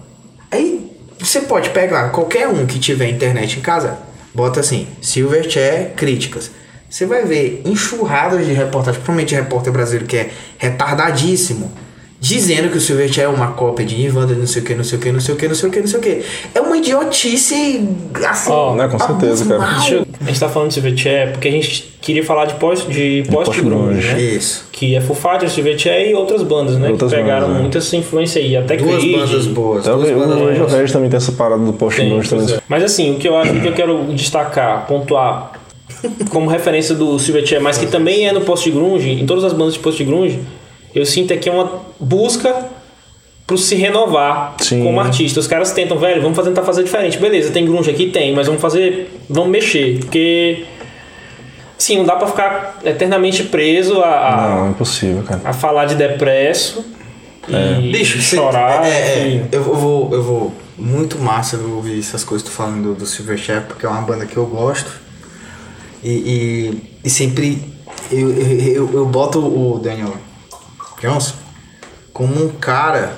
S4: Aí você pode pegar qualquer um que tiver internet em casa, bota assim, Silverchair críticas. Você vai ver enxurradas de reportagens, principalmente repórter brasileiro que é retardadíssimo, dizendo que o Silverchair é uma cópia de Nirvana, não sei o que, não sei o que, não sei o que, não sei o que, não sei o que. É uma idiotice assim.
S3: Ó,
S5: né, com certeza, cara.
S4: abismal.
S3: Deixa eu- A gente tá falando de Silverchair porque a gente queria falar de pós de post-grunge,
S5: post-grunge.
S3: né?
S4: Isso.
S3: Que é Foo Fighters, Silverchair e outras bandas, né?
S5: Outras
S3: que pegaram
S5: bandas, né?
S3: muita essa influência aí, até
S4: Duas
S3: Creed.
S4: bandas boas.
S5: Eu,
S4: duas
S5: eu,
S4: bandas
S5: É o
S4: boas.
S5: Angel Red também tem essa parada do post
S3: Tem,
S5: grunge
S3: pois
S5: também.
S3: é. Mas assim, o que eu acho que eu quero destacar, pontuar como referência do Silverchair, mas que também é no post grunge, em todas as bandas de post grunge, eu sinto é que é uma busca pro se renovar
S5: Sim.
S3: como artista. Os caras tentam, velho, vamos fazer, tentar fazer diferente. Beleza, tem grunge aqui, tem, mas vamos fazer, vamos mexer, porque assim, não dá pra ficar eternamente preso a, a,
S5: Não, é impossível, cara.
S3: a falar de depresso.
S5: É.
S3: E
S4: Bicho, cê-
S3: chorar. assim.
S4: é, é,
S3: enfim.
S4: eu vou, eu vou. Muito massa eu ouvir essas coisas que tu falando do, do Silverchair, porque é uma banda que eu gosto. E, e, e sempre eu, eu, eu- eu boto o Daniel Johnson como um cara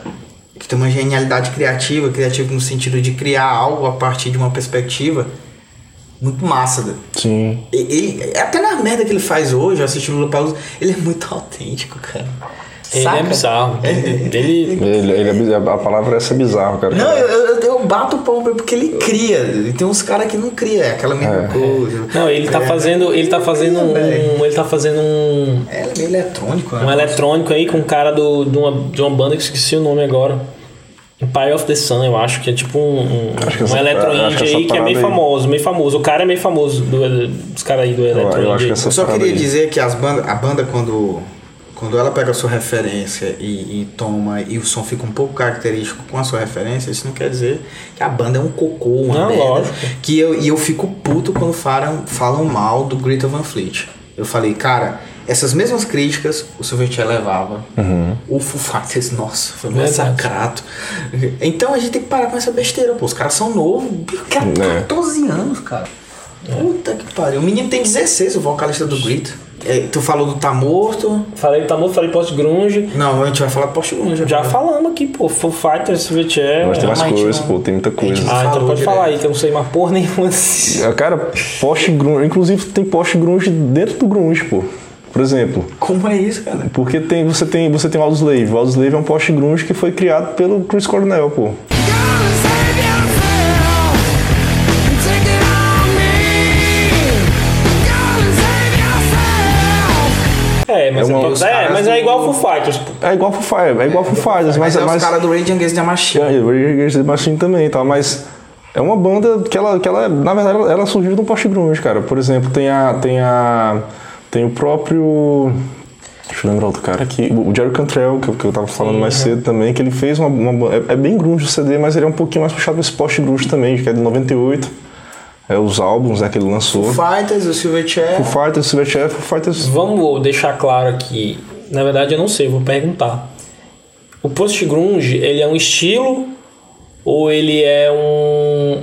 S4: que tem uma genialidade criativa, criativo no sentido de criar algo a partir de uma perspectiva muito massa, né?
S5: Sim.
S4: E- Ele, até na merda que ele faz hoje, eu assisti o Lula Palusa, ele é muito autêntico, cara.
S3: Ele é
S4: Saca? É.
S3: bizarro. Ele,
S5: Ele, ele é bizarro, a palavra essa é bizarro, cara.
S4: Não, eu, eu, eu bato o pau pra ele porque ele cria. E tem uns caras que não cria, é aquela mesma
S5: É.
S4: coisa.
S3: Não, ele tá
S4: É.
S3: fazendo, ele tá fazendo um,
S4: velho.
S3: ele tá fazendo um,
S4: É, ele é meio eletrônico, né?
S3: um eletrônico aí com um cara do, de, uma, de uma banda que eu esqueci o nome agora. Empire of the Sun, eu acho que é tipo um, um,
S5: Acho que
S3: um
S5: essa-
S3: electro
S5: acho
S3: indie
S5: que essa
S3: aí que é meio
S5: parada aí-
S3: famoso, meio famoso. O cara é meio famoso do- dos caras aí do
S5: Eu-
S3: electro
S5: eu
S3: indie
S5: acho que
S3: aí.
S5: essa
S4: Eu só
S5: parada
S4: queria
S5: aí.
S4: dizer que as banda, a banda, quando, quando ela pega a sua referência e, e toma, e o som fica um pouco característico com a sua referência, isso não quer dizer que a banda é um cocô, uma
S3: Não,
S4: merda.
S3: lógico.
S4: Que eu, e eu fico puto quando falam, falam mal do Greta Van Fleet. Eu falei, cara, essas mesmas críticas o Silverchair levava.
S3: Uhum.
S4: O Foo Fighters, nossa, foi massacrado. Então a gente tem que parar com essa besteira, pô. Os caras são novos, cara,
S5: É.
S4: 14 anos, cara. Puta que pariu. O menino tem 16, o vocalista do Grito. É, tu falou do Tá Morto.
S3: Falei, tá bom, falei post grunge.
S4: Não, a gente vai falar do Post Grunge.
S3: Já falamos aqui, pô, Foo Fighters, Silverchair.
S5: Mas tem mais
S4: Mas a gente
S5: coisas,
S4: não-
S5: pô, tem muita coisa.
S4: gente
S3: Ah, então
S4: Falou
S3: pode
S4: direto.
S3: falar aí, que eu não sei mais porra nenhuma.
S5: É, Cara, post grunge. Inclusive tem post grunge dentro do grunge, pô. Por exemplo,
S4: Como é isso, cara?
S5: porque tem, você tem você tem o Auslave. O Auslave é um post grunge que foi criado pelo Chris Cornell, pô.
S3: É, mas
S5: É uma-
S3: é,
S4: os
S3: to- é,
S4: caras
S3: mas é
S4: do-
S3: igual Foo Fighters, pô.
S5: É igual Foo Fighters, é igual Foo Fighters,
S4: Mas,
S5: mas
S4: é
S5: mas
S4: os caras do Rage Against the Machine.
S5: É, Rage Against the Machine também, e tal, mas é uma banda que ela, que ela na verdade, ela- ela surgiu de um post grunge, cara. Por exemplo, tem a tem a tem o próprio Deixa eu lembrar outro cara aqui, o Jerry Cantrell, que, eu- que eu tava falando mais cedo também, que ele fez uma, uma ban- é, é bem grunge o CD, mas ele é um pouquinho mais puxado pra esse post grunge também, que é de 98. É os álbuns, né, que ele lançou.
S4: Foo Fighters, o Silverchair.
S5: Foo Fighters, Silverchair, Foo Fighters
S3: Vamos deixar claro aqui. Na verdade, eu não sei, vou perguntar. O post grunge, ele é um estilo ou ele é um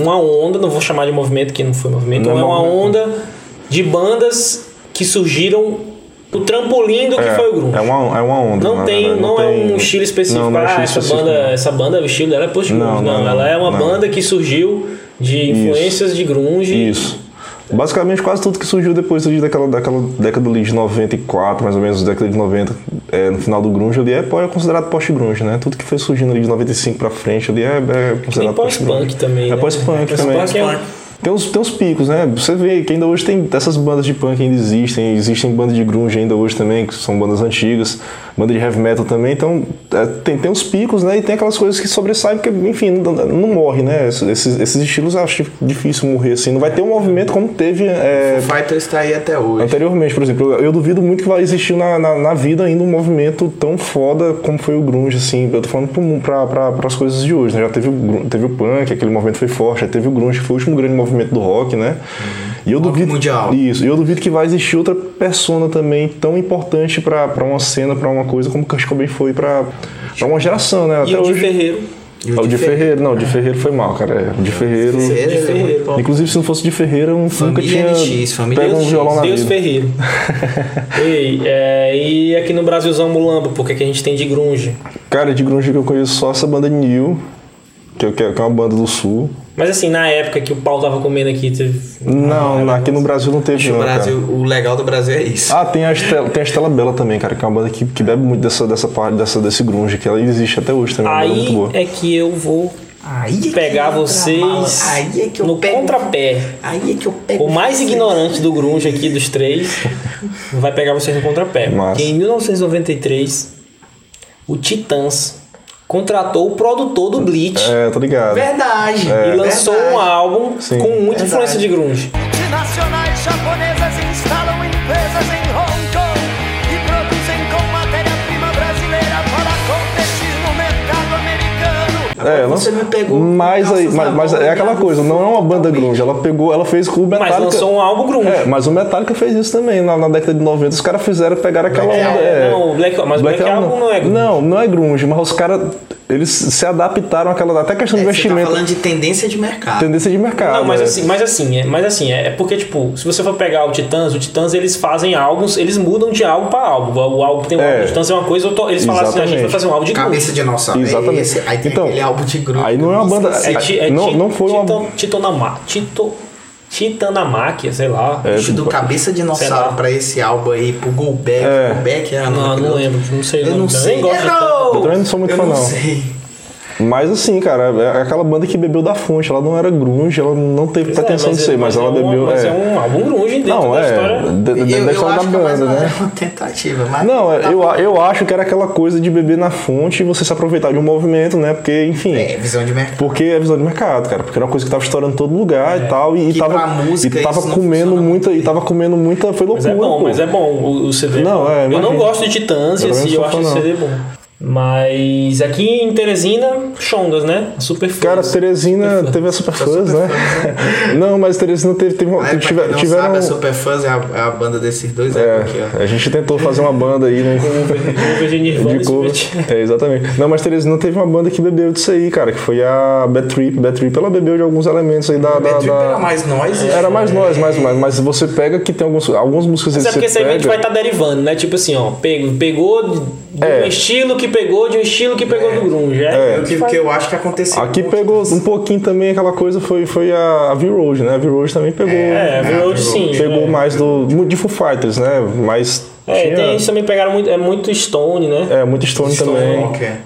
S3: uma onda, não vou chamar de movimento que não foi movimento,
S5: Não
S3: ou
S5: é
S3: é uma
S5: movimento.
S3: onda de bandas que surgiram o trampolim do que
S5: é,
S3: foi o grunge.
S5: é uma, é uma onda.
S3: Não
S5: na
S3: tem,
S5: verdade,
S3: não, é
S5: tem-
S3: um estilo específico.
S5: Não, não é
S3: ah,
S5: estilo
S3: essa
S5: específico,
S3: banda,
S5: não.
S3: essa banda, o estilo dela é post grunge.
S5: Não,
S3: Não,
S5: não,
S3: ela é uma
S5: não.
S3: banda que surgiu de influências de grunge.
S5: Isso. Basicamente, quase tudo que surgiu depois ali daquela, daquela década ali de 94, mais ou menos, década de 90, é, no final do grunge ali, é, pô, é considerado post-grunge, né? Tudo que foi surgindo ali de 95 pra frente ali é, é considerado
S3: pós-punk também,
S5: É
S3: né?
S5: pós-punk também.
S3: Pós-punk é um-
S5: Tem uns, tem uns picos, né? Você vê que ainda hoje tem essas bandas de punk ainda existem, existem bandas de grunge ainda hoje também, que são bandas antigas, banda de heavy metal também, então é, tem, tem uns picos, né? E tem aquelas coisas que sobressaem, porque, enfim, não, não morre, né? Esses, esses estilos eu acho difícil morrer assim, não vai ter um movimento como teve. é,
S4: Foo Fighters tá aí até hoje.
S5: Anteriormente, por exemplo, eu, eu duvido muito que vai existir na, na, na vida ainda um movimento tão foda como foi o grunge, assim. Eu tô falando pro mu- pra, pra, pras coisas de hoje, né? Já teve o, gru- teve o punk, aquele movimento foi forte, aí teve o grunge, que foi o último grande movimento do rock, né? E eu duvido,
S4: mundial.
S5: Isso, e eu duvido que vai existir outra persona também tão importante pra, pra uma cena, pra uma coisa, como o Kurt Cobain foi pra, pra uma geração, né?
S3: E
S5: Até
S3: o de
S5: hoje.
S3: Ferreiro.
S4: E
S5: Ah, O de Ferreiro, não, o de Ferreiro foi mal, cara. é. O de Ferreiro.
S4: Ferreiro,
S3: de Ferreiro.
S4: bom.
S5: Inclusive, se não fosse de Ferreira, eu nunca
S4: Família
S5: um tinha
S4: NX, família
S5: pego um
S4: NX,
S5: violão na
S3: Deus
S5: vida.
S3: Ferreiro.
S5: (laughs)
S3: Ei, é, e aqui no Brasil usamos o Mulambo, porque aqui a gente tem de grunge.
S5: Cara, de grunge que eu conheço só essa banda New, que, eu- que é que é uma banda do sul.
S3: Mas assim, na época que o pau tava comendo aqui, teve...
S5: Não, aqui no Brasil não teve,
S4: Acho que
S5: não,
S4: Ah, o,
S5: cara.
S4: Brasil, o legal do Brasil é isso.
S5: Ah, tem a, Estela, tem a Estela Bela também, cara, que é uma banda que, que bebe muito dessa, dessa parte, dessa, desse grunge, que ela existe até hoje também, é uma banda
S3: aí
S5: muito boa.
S3: é que eu vou
S4: Aí é que
S3: pegar
S4: entra, malandro.
S3: vocês
S4: Aí é que eu
S3: no
S4: pego.
S3: contrapé.
S4: Aí é que eu pego.
S3: O mais ignorante do grunge aqui dos três vai pegar vocês no contrapé.
S5: Massa.
S3: Porque em 1993, o Titãs contratou o produtor do Bleach
S5: É, tá ligado.
S4: Verdade.
S3: e lançou
S4: verdade.
S3: um álbum
S5: É, Sim.
S3: com muita
S4: Verdade.
S3: influência de grunge.
S2: Multinacionais japonesas instalam empresas em Hong Kong e produzem com matéria-prima brasileira para competir no mercado americano.
S5: É,
S4: Agora você
S5: lança-
S4: me tá pegou com
S5: Mas, aí,
S4: calças na
S5: mas, mas
S4: mão, né?
S5: é aquela
S4: ligado?
S5: coisa, não é uma banda grunge. Ela pegou, ela fez com o
S3: Mas
S5: Metallica.
S3: lançou um álbum grunge.
S5: É, mas o Metallica fez isso também. Na, na década de 90, os caras fizeram, pegaram aquela
S3: Black
S5: onda.
S3: Album,
S5: é.
S3: não, o Black- mas o Black
S5: Album
S3: Album não é grunge.
S5: Não, não é grunge, mas os caras, eles se adaptaram àquela. Até a questão
S4: É, você
S5: do
S4: tá
S5: investimento.
S4: falando de tendência de mercado.
S5: Tendência de mercado.
S3: Não, mas
S5: é.
S3: assim, mas assim, é, mas assim, é, é porque, tipo, se você for pegar o Titãs, o Titãs eles fazem álbuns, eles mudam de álbum pra álbum. O álbum tem um
S5: É.
S3: álbum de Titãs é uma coisa, outro- eles falaram assim, a gente vai
S5: Exatamente.
S3: fazer um álbum de
S4: Cabeça de dinossauro.
S5: Exatamente.
S4: É esse. Aí tem
S5: Então,
S4: aquele álbum de grupo.
S5: aí não é uma banda-
S3: É, ti- é
S5: não-
S3: ti-
S5: não foi uma-
S3: Titan- Titanama- Tito- Titanamáquia, sei lá.
S5: É,
S4: do cabeça de
S3: Sei
S4: dinossauro
S3: lá.
S4: pra esse álbum aí, pro Golbeck.
S5: É.
S4: Golbeck era
S3: Não, não lembro, não sei.
S4: Eu não
S3: nem
S4: sei.
S3: gosto de Titãs.
S5: Eu também não sou muito
S4: eu
S5: fã,
S4: não.
S5: não.
S4: sei.
S5: Mas assim, cara, é aquela banda que bebeu da fonte, ela não era grunge, ela não teve
S3: Pois é,
S5: pretensão de
S3: é-
S5: ser, mas, ela
S3: é um-
S5: bebeu.
S3: Mas é um álbum grunge dentro
S5: não,
S3: da
S5: é.
S3: história.
S5: de- de- Dentro da
S4: eu
S5: história da
S4: acho que é mais
S5: banda,
S4: uma-
S5: né?
S4: (laughs) uma tentativa, mas
S5: Não, é,
S4: tá
S5: eu,
S4: bom.
S5: eu acho que era aquela coisa de beber na fonte e você se aproveitar de um movimento, né? Porque, enfim.
S4: É, visão de mercado.
S5: Porque é visão de mercado, cara. Porque era uma coisa que tava estourando em todo lugar e tal. E,
S4: Que
S5: tava,
S4: É. pra música
S5: e tava
S4: isso não
S5: comendo
S4: funciona
S5: muita. E tava comendo muita. Foi
S3: Mas
S5: loucura.
S3: é bom,
S5: pô.
S3: mas é bom o, o CD.
S5: Não, é,
S3: eu não
S5: imagina.
S3: gosto de Titãs e
S5: Eu também
S3: assim,
S5: não
S3: eu
S5: sou
S3: acho
S5: fã,
S3: esse
S5: não.
S3: CD bom. Mas aqui em Teresina, Chongas, né? Super
S5: Cara,
S3: fãs.
S5: Teresina teve a Superfãs, né? (laughs) não, mas Teresina teve, teve, uma-
S4: Aí, pra
S5: tive-
S4: quem não
S5: Então, tiveram.
S4: sabe, um a Superfãs é a, é a banda desses dois álbuns aqui, ó.
S5: É, a gente tentou fazer uma banda aí, né?
S3: Cover de Nirvana
S5: De
S3: e
S5: cover.
S3: Supertramp.
S5: É, exatamente. Não, mas Teresina teve uma banda que bebeu disso aí, cara, que foi a Bad Trip. Bad Trip, ela bebeu de alguns elementos aí da. da-
S4: Bad Trip
S5: da-
S4: era mais É. nós. né?
S5: Era mais nós, mais, mais. Mas você pega que tem alguns, algumas músicas aí
S3: Mas é
S5: que
S3: porque
S5: você
S3: isso aí a gente vai
S5: pega.
S3: estar derivando, né? Tipo assim, ó, pego- pegou de
S5: É.
S3: um estilo que pegou, de um estilo que pegou do grunge. É,
S4: O que, o que eu acho que aconteceu.
S5: Aqui pegou um pouquinho também aquela coisa foi, foi a, a V-Road, né? A V-Road também pegou.
S3: é, virou de sim.
S5: Pegou
S3: é.
S5: mais do. De Foo Fighters, né? Mas.
S3: É,
S5: tinha,
S3: tem isso também, pegaram muito, é muito Stone, né?
S5: É, muito Stone, também.
S4: Rock, é.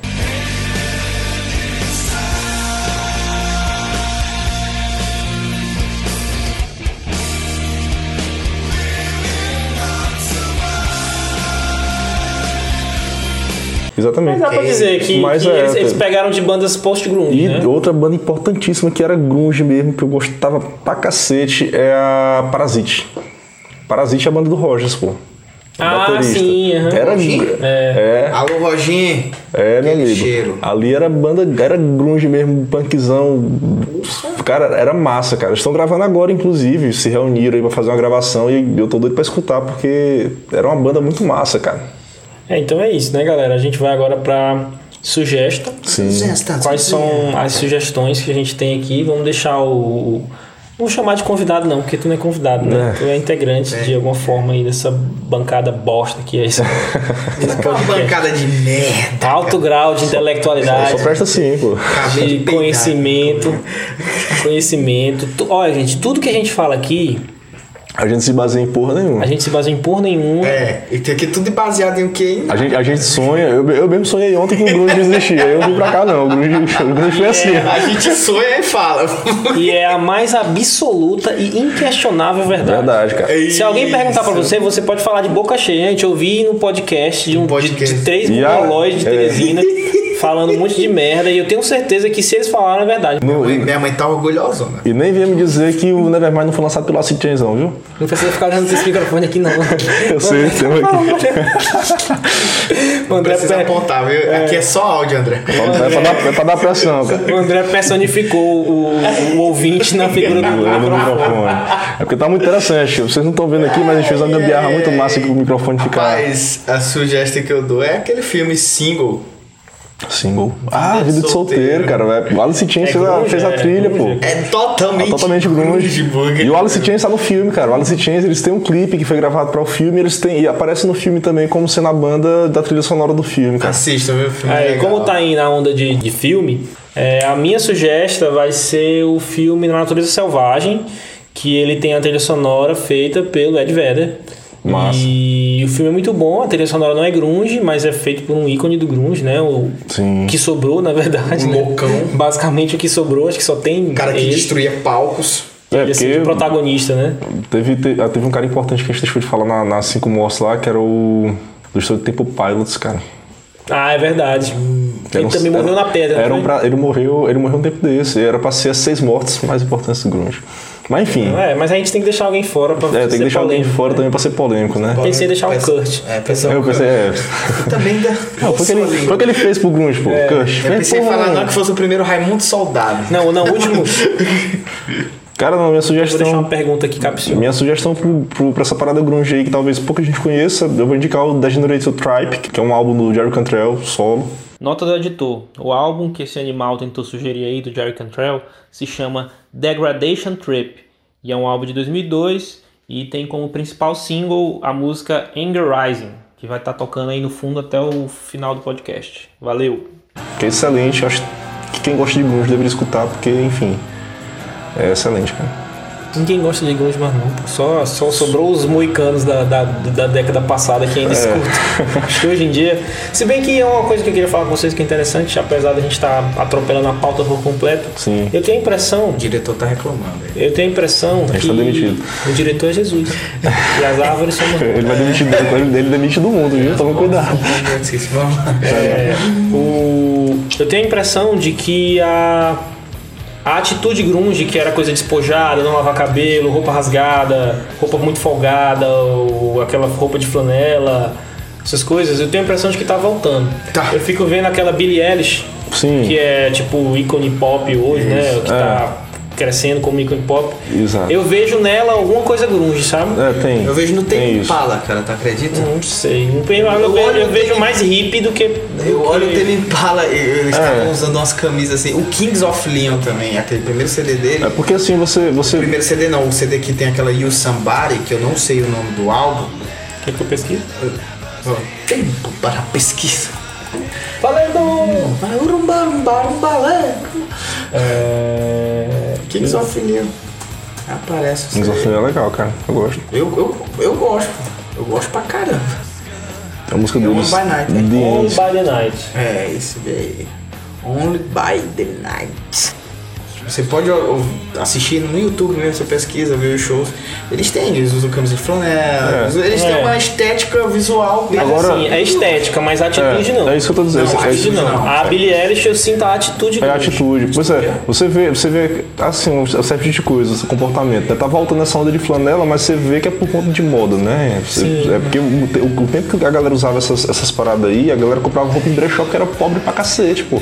S5: Exatamente.
S3: Mas dá pra dizer que,
S5: Mas
S3: que
S5: é,
S3: eles, eles
S5: tem-
S3: pegaram de bandas post-grunge,
S5: E
S3: né?
S5: outra banda importantíssima que era grunge mesmo, que eu gostava pra cacete, é a Parasite. Parasite é a banda do Rogers, pô.
S3: Ah,
S5: Baterista.
S3: sim, aham.
S5: Era
S4: Roginho?
S5: É,
S4: Alô, Roginho.
S5: é, meu
S4: Aquele
S5: amigo.
S4: cheiro.
S5: Ali era banda, era grunge mesmo, punkzão. Cara, era massa, cara. Eles Estão gravando agora, inclusive, se reuniram aí pra fazer uma gravação e eu tô doido pra escutar, porque era uma banda muito massa, cara.
S3: É, então é isso, né, galera? A gente vai agora pra sugestão.
S5: Sim.
S4: Zesta,
S3: Quais são as sugestões que a gente tem aqui? Vamos deixar o. o- Não vou chamar de convidado, não, porque tu não é convidado, né?
S5: É.
S3: Tu é integrante de alguma forma aí dessa bancada bosta que é esse, esse
S4: Uma
S3: podcast.
S4: bancada de merda.
S3: Alto grau de intelectualidade.
S5: Só presta sim, pô.
S4: Acabei
S3: de
S4: peidar.
S3: conhecimento. Conhecimento. Tu- olha, gente, tudo que a gente fala aqui
S5: A gente se baseia em porra nenhuma.
S3: A gente se baseia em por nenhum.
S4: É, e tem aqui tudo baseado em o quê?
S5: A gente, a gente sonha, eu, eu mesmo sonhei ontem que o Grunge existia. Eu não vim pra cá, não. O Grunge, o grunge foi assim.
S4: A gente sonha e fala.
S3: E é a mais absoluta e inquestionável verdade.
S5: Verdade, cara.
S3: Se alguém perguntar pra
S4: Isso.
S3: você, você pode falar de boca cheia. Gente, eu vi no podcast de, um,
S4: Podcast.
S3: de, de três
S5: E a-
S3: mongolóides de
S5: é. (laughs)
S3: Teresina falando um monte de merda. E eu tenho certeza que se eles falaram é verdade.
S5: No- e,
S4: Minha mãe tá orgulhosa, né?
S5: e nem vinha me dizer que o Nevermind não foi lançado pelo Acid Chains, não, viu?
S3: Não precisa ficar olhando pra esse microfone aqui, não.
S5: Eu sei, tem um aqui.
S3: (laughs) O
S4: Não
S3: André,
S4: precisa
S3: pe-
S4: apontar, viu? Aqui é só áudio, André.
S5: É pra, dar, é pra dar pressão, cara.
S3: o André personificou o, o ouvinte na figura do
S5: É do
S3: microfone.
S5: microfone. É porque tá muito interessante. Vocês não estão vendo aqui, mas a gente fez uma gambiarra muito massa que o microfone fica
S4: Mas a sugestão que eu dou é aquele filme single.
S5: single. Ah, vida de solteiro,
S4: solteiro.
S5: cara. velho. O Alice Chains fez, a,
S3: grunge,
S5: fez a
S3: é,
S5: trilha, pô. Tá
S4: É totalmente,
S5: Totalmente grunge.
S4: burger.
S5: E o Alice Chains tá no filme, cara. O Alice Chains, eles têm um clipe que foi gravado para o filme eles têm, e aparece no filme também como sendo a banda da trilha sonora do filme, cara.
S4: Assista, viu? Filme
S5: É
S3: Aí,
S4: legal.
S3: como tá aí na onda de, de filme, é, a minha sugesta vai ser o filme Na Natureza Selvagem, que ele tem a trilha sonora feita pelo Ed Vedder.
S5: Massa.
S3: E o filme é muito bom, a trilha sonora não é grunge, mas é feito por um ícone do grunge, né? O
S5: Sim.
S3: que sobrou, na verdade.
S4: Um
S3: né?
S4: loucão.
S3: (laughs) Basicamente o que sobrou, acho que só tem
S4: O cara que
S3: ele.
S4: destruía palcos.
S5: É,
S3: Ele, assim, de
S5: porque
S3: protagonista, né?
S5: teve, te- ah, teve um cara importante que a gente deixou de falar na, na Cinco Mortos lá, que era o... Do estúdio Tempo Pilots, cara.
S3: Ah, é verdade.
S5: Era
S3: Ele
S5: um-
S3: também morreu
S5: era-
S3: na pedra.
S5: Era
S3: né?
S5: um pra- ele, morreu, ele morreu um tempo desse. Era pra ser as seis mortes mais importantes do Grunge. Mas enfim. É,
S3: É, mas a gente tem que deixar alguém fora pra né?
S5: tem que deixar alguém de fora também pra ser polêmico, né?
S3: Pensei em deixar o Kurt.
S4: É, pensei
S5: Eu pensei, é.
S3: (laughs)
S4: Também da.
S5: Não, foi o que ele, foi o que ele fez pro Grunge, pô.
S3: É,
S5: Kush.
S4: Eu pensei em
S5: Pô,
S4: falar não que fosse o primeiro Raimundo Soldado.
S3: Não, não, o último.
S5: (laughs) Cara, não, minha
S3: Vou deixar um uma
S5: sugestão.
S3: pergunta aqui capciosa.
S5: Minha sugestão pro, pro, pra essa parada grunge aí, que talvez pouca gente conheça, eu vou indicar o Degenerated Tribe, que é um álbum do Jerry Cantrell, solo.
S3: Nota do editor. O álbum que esse animal tentou sugerir aí, do Jerry Cantrell, se chama Degradation Trip. E é um álbum de 2002 e tem como principal single a música Anger Rising, que vai estar tocando aí no fundo até o final do podcast. Valeu!
S5: Que é excelente, eu acho que quem gosta de grunge deveria escutar, porque, enfim, é excelente, cara.
S3: Ninguém gosta de grunge mais não. Só, só sobrou os moicanos da, da, da década passada que
S5: É.
S3: ainda
S5: (laughs)
S3: escutam. Acho que hoje em dia... Se bem que é uma coisa que eu queria falar com vocês que é interessante, apesar da gente estar atropelando a pauta por completo.
S5: Sim.
S3: Eu tenho a impressão...
S4: O diretor tá reclamando. aí.
S3: Eu tenho a impressão que
S5: está tá demitido.
S3: o diretor é Jesus. e as árvores são...
S5: (laughs) Ele vai demitir ele, ele demite do mundo, viu? Toma cuidado.
S4: Meu Deus, esqueci, vamos lá.
S3: É, o- Eu tenho a impressão de que a... A atitude grunge, que era coisa despojada, não lavar cabelo, roupa rasgada, roupa muito folgada, ou aquela roupa de flanela, essas coisas, eu tenho a impressão de que tá voltando.
S4: Tá.
S3: Eu fico vendo aquela Billie Eilish,
S5: Sim.
S3: que é tipo o ícone pop hoje, né? Que
S5: É.
S3: tá crescendo como ícone pop.
S5: Exato.
S3: Eu vejo nela alguma coisa grunge, sabe?
S5: É, tem.
S4: Eu vejo no
S5: tem
S4: tempo
S5: isso.
S4: Impala, cara, tu acredita?
S3: Não sei. não pe- Eu, ve-
S4: olho
S3: eu
S4: o
S3: vejo
S4: Tame-
S3: mais hippie do que.
S4: Eu
S3: do
S4: olho o
S3: que-
S4: Tame Impala, e
S5: É.
S4: eles estavam usando umas camisas assim. O Kings of Leon também, aquele primeiro CD dele.
S5: É porque assim, você.
S4: O
S5: você
S4: primeiro CD não, o CD que tem aquela You Somebody, que eu não sei o nome do álbum.
S3: O que, que eu pesquiso?
S4: Ó, Tempo para a pesquisa.
S3: Valendo!
S4: Vai, urumba, umba, umba, lá. É, Kings of Leon. Aparece. o CD.
S5: Esquizofrenia é legal, cara. Eu gosto.
S4: Eu, eu, eu gosto. Eu gosto pra caramba.
S5: A música
S4: É um
S5: deles.
S4: by night,
S5: The
S4: né?
S3: All
S5: End.
S3: by the night.
S4: É, isso daí. Only by the night. Você pode ó, ó, assistir no YouTube mesmo, você pesquisa, vê os shows. Eles têm, eles usam camisa de flanela, eles- eles têm
S3: É.
S4: uma estética visual assim. deles.
S5: Agora-
S3: Sim, é estética, mas a atitude não.
S5: É, é isso que eu tô dizendo.
S4: Não,
S5: é,
S3: Atitude
S5: isso-
S3: não.
S4: não.
S3: A Billie Eilish eu sinto a atitude
S5: é a
S3: grunge.
S5: atitude. Pois é, você vê, você vê assim, um certo tipo de coisa, esse comportamento. Né? Tá voltando essa onda de flanela, mas você vê que é por conta de moda, né? Você- É porque o, te- o tempo que a galera usava essas, essas paradas aí, a galera comprava roupa em brechó que era pobre pra cacete, pô.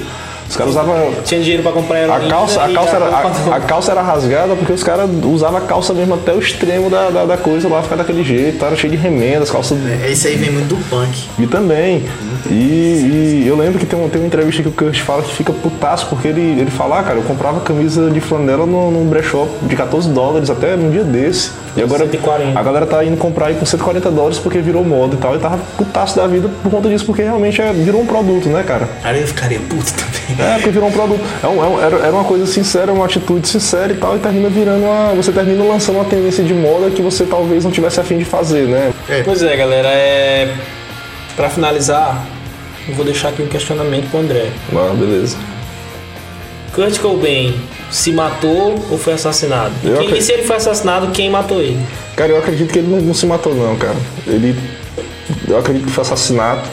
S5: Os caras usavam.
S3: Tinha dinheiro pra comprar
S5: A
S3: heroína
S5: calça, a,
S3: e
S5: calça era,
S3: roupa-
S5: a, a calça era rasgada porque os caras usavam a calça mesmo até o extremo da, da, da coisa lá, ficar daquele jeito, era cheio de remendas, calça.
S4: É, Isso aí vem muito do punk.
S5: E também. E, e eu lembro que tem, um- tem uma entrevista que o Kurt fala que fica putaço, porque ele, ele fala, ah, cara, eu comprava camisa de flanela num, num brechó de 14 dólares até um dia desse. E E agora
S3: 140.
S5: a galera tá indo comprar aí com 140 dólares porque virou moda e tal. E tava putaço da vida por conta disso, porque realmente é, virou um produto, né, cara?
S4: Aí eu ficaria puto também. (laughs)
S5: É, porque virou um produto. É um- é um- era, era uma coisa sincera, uma atitude sincera e tal, e termina virando uma. Você termina lançando uma tendência de moda que você talvez não tivesse afim de fazer, né?
S3: Pois é, galera, é. Pra finalizar, eu vou deixar aqui um questionamento pro André.
S5: Ah, beleza.
S3: Kurt Cobain se matou ou foi assassinado?
S5: Eu
S3: Quem-
S5: acre-
S3: e se ele foi assassinado, quem matou ele?
S5: Cara, eu acredito que ele não, não se matou não, cara. Ele. Eu acredito que foi assassinato.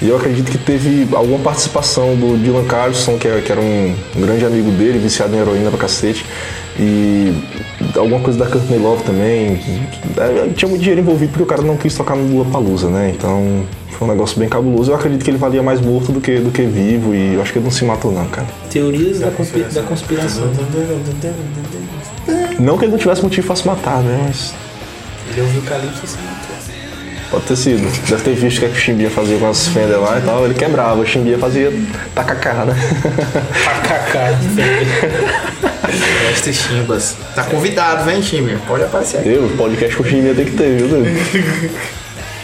S5: E eu acredito que teve alguma participação do Dylan Carlson, que, é- que era um, um grande amigo dele, viciado em heroína pra cacete. E alguma coisa da Courtney Love também. É, Tinha muito dinheiro envolvido porque o cara não quis tocar no Lula Palusa, né? Então foi um negócio bem cabuloso. Eu acredito que ele valia mais morto do que, do que vivo e eu acho que ele não se matou não, cara.
S3: Teorias da, conspi- da conspiração.
S5: Não que ele não tivesse motivo pra se matar, né? Mas
S4: Ele ouviu o Calypso assim.
S5: Pode ter sido. Deve ter visto o que, é que o Chimbinha fazia com as fendas lá e tal. Ele quebrava. O Chimbinha fazia tacacá, né?
S4: (laughs) Mestre Chimbas. Tá convidado, vem, Chimbinha. Pode aparecer (laughs) aí.
S5: Eu, podcast com o Chimbinha tem que ter, viu,
S3: (laughs)
S5: Dudu?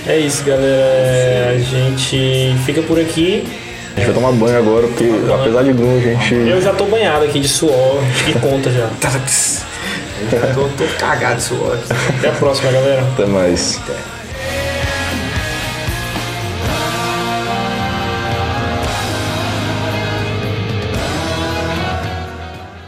S3: É isso, galera. É, A gente fica por aqui.
S5: A gente vai tomar banho agora, porque apesar de grunge, a
S3: Eu
S5: gente...
S3: já tô banhado aqui de suor, acho que conta já.
S4: Tá, pss. Eu já tô todo cagado de suor.
S3: Até a próxima, galera.
S5: Até mais.